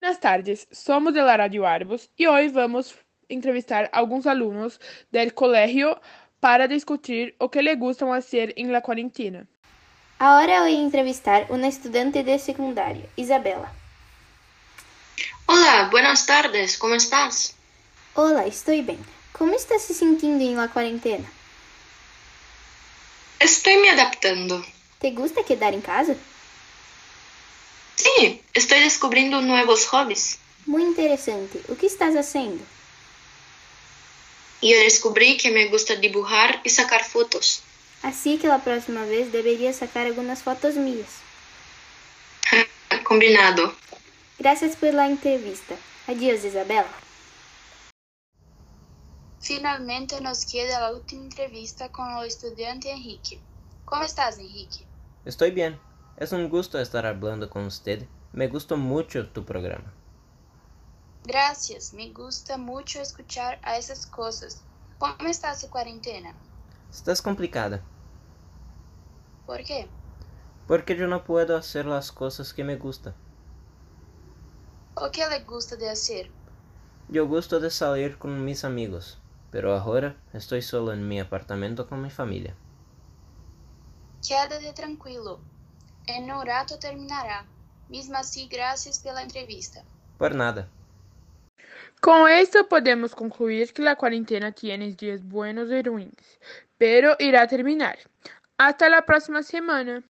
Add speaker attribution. Speaker 1: Boas tardes, somos de Lara de Arbos e hoje vamos entrevistar alguns alunos del colégio para discutir o que lhe gustam fazer em la quarentena.
Speaker 2: Agora vou é entrevistar uma estudante de secundário, Isabela.
Speaker 3: Hola, buenas tardes, ¿cómo estás?
Speaker 2: Olá, estou bem. Como está se sentindo em la quarentena?
Speaker 3: Estoy me adaptando.
Speaker 2: Te gusta quedar em casa?
Speaker 3: Sí, estoy descubriendo nuevos hobbies.
Speaker 2: Muito interessante. O que estás fazendo?
Speaker 3: Yo descubrí que me gusta dibujar y sacar fotos.
Speaker 2: Assim que a próxima vez deveria sacar algumas fotos minhas.
Speaker 3: Combinado.
Speaker 2: Graças pela entrevista. Adiós, Isabela.
Speaker 4: Finalmente nos queda la última entrevista con el estudiante Henrique. ¿Cómo estás, Henrique?
Speaker 5: Estoy bien. Es un gusto estar hablando con usted. Me gustó mucho tu programa.
Speaker 4: Gracias, me gusta mucho escuchar a esas cosas. ¿Cómo está su cuarentena?
Speaker 5: Estás complicada,
Speaker 4: ¿Por qué?
Speaker 5: porque yo no puedo hacer las cosas que me gustan.
Speaker 4: ¿O qué le gusta de hacer?
Speaker 5: Yo gusto de salir con mis amigos, pero ahora estoy solo en mi apartamento con mi familia.
Speaker 4: Quédate tranquilo. En un rato terminará. Mismo así, gracias pela entrevista.
Speaker 5: Por nada.
Speaker 1: Com esto podemos concluir que la quarentena tiene dias buenos e ruins, pero irá terminar. Hasta la próxima semana.